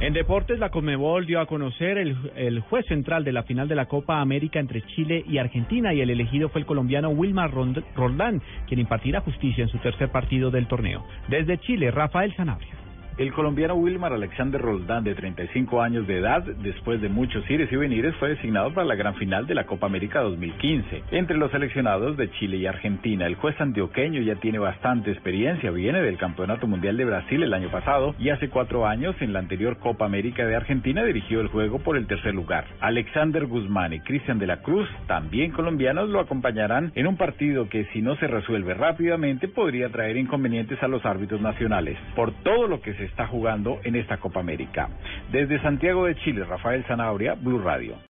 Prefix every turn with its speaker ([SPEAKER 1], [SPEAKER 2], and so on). [SPEAKER 1] En deportes, la Conmebol dio a conocer el, el juez central de la final de la Copa América entre Chile y Argentina y el elegido fue el colombiano Wilmar Rond- Roldán, quien impartirá justicia en su tercer partido del torneo. Desde Chile, Rafael Sanabria.
[SPEAKER 2] El colombiano Wilmar Alexander Roldán, de 35 años de edad, después de muchos ires y venires, fue designado para la gran final de la Copa América 2015. Entre los seleccionados de Chile y Argentina, el juez antioqueño ya tiene bastante experiencia, viene del Campeonato Mundial de Brasil el año pasado y hace cuatro años en la anterior Copa América de Argentina dirigió el juego por el tercer lugar. Alexander Guzmán y Cristian de la Cruz, también colombianos, lo acompañarán en un partido que si no se resuelve rápidamente podría traer inconvenientes a los árbitros nacionales. Por todo lo que se está jugando en esta Copa América. Desde Santiago de Chile, Rafael Zanabria, Blue Radio.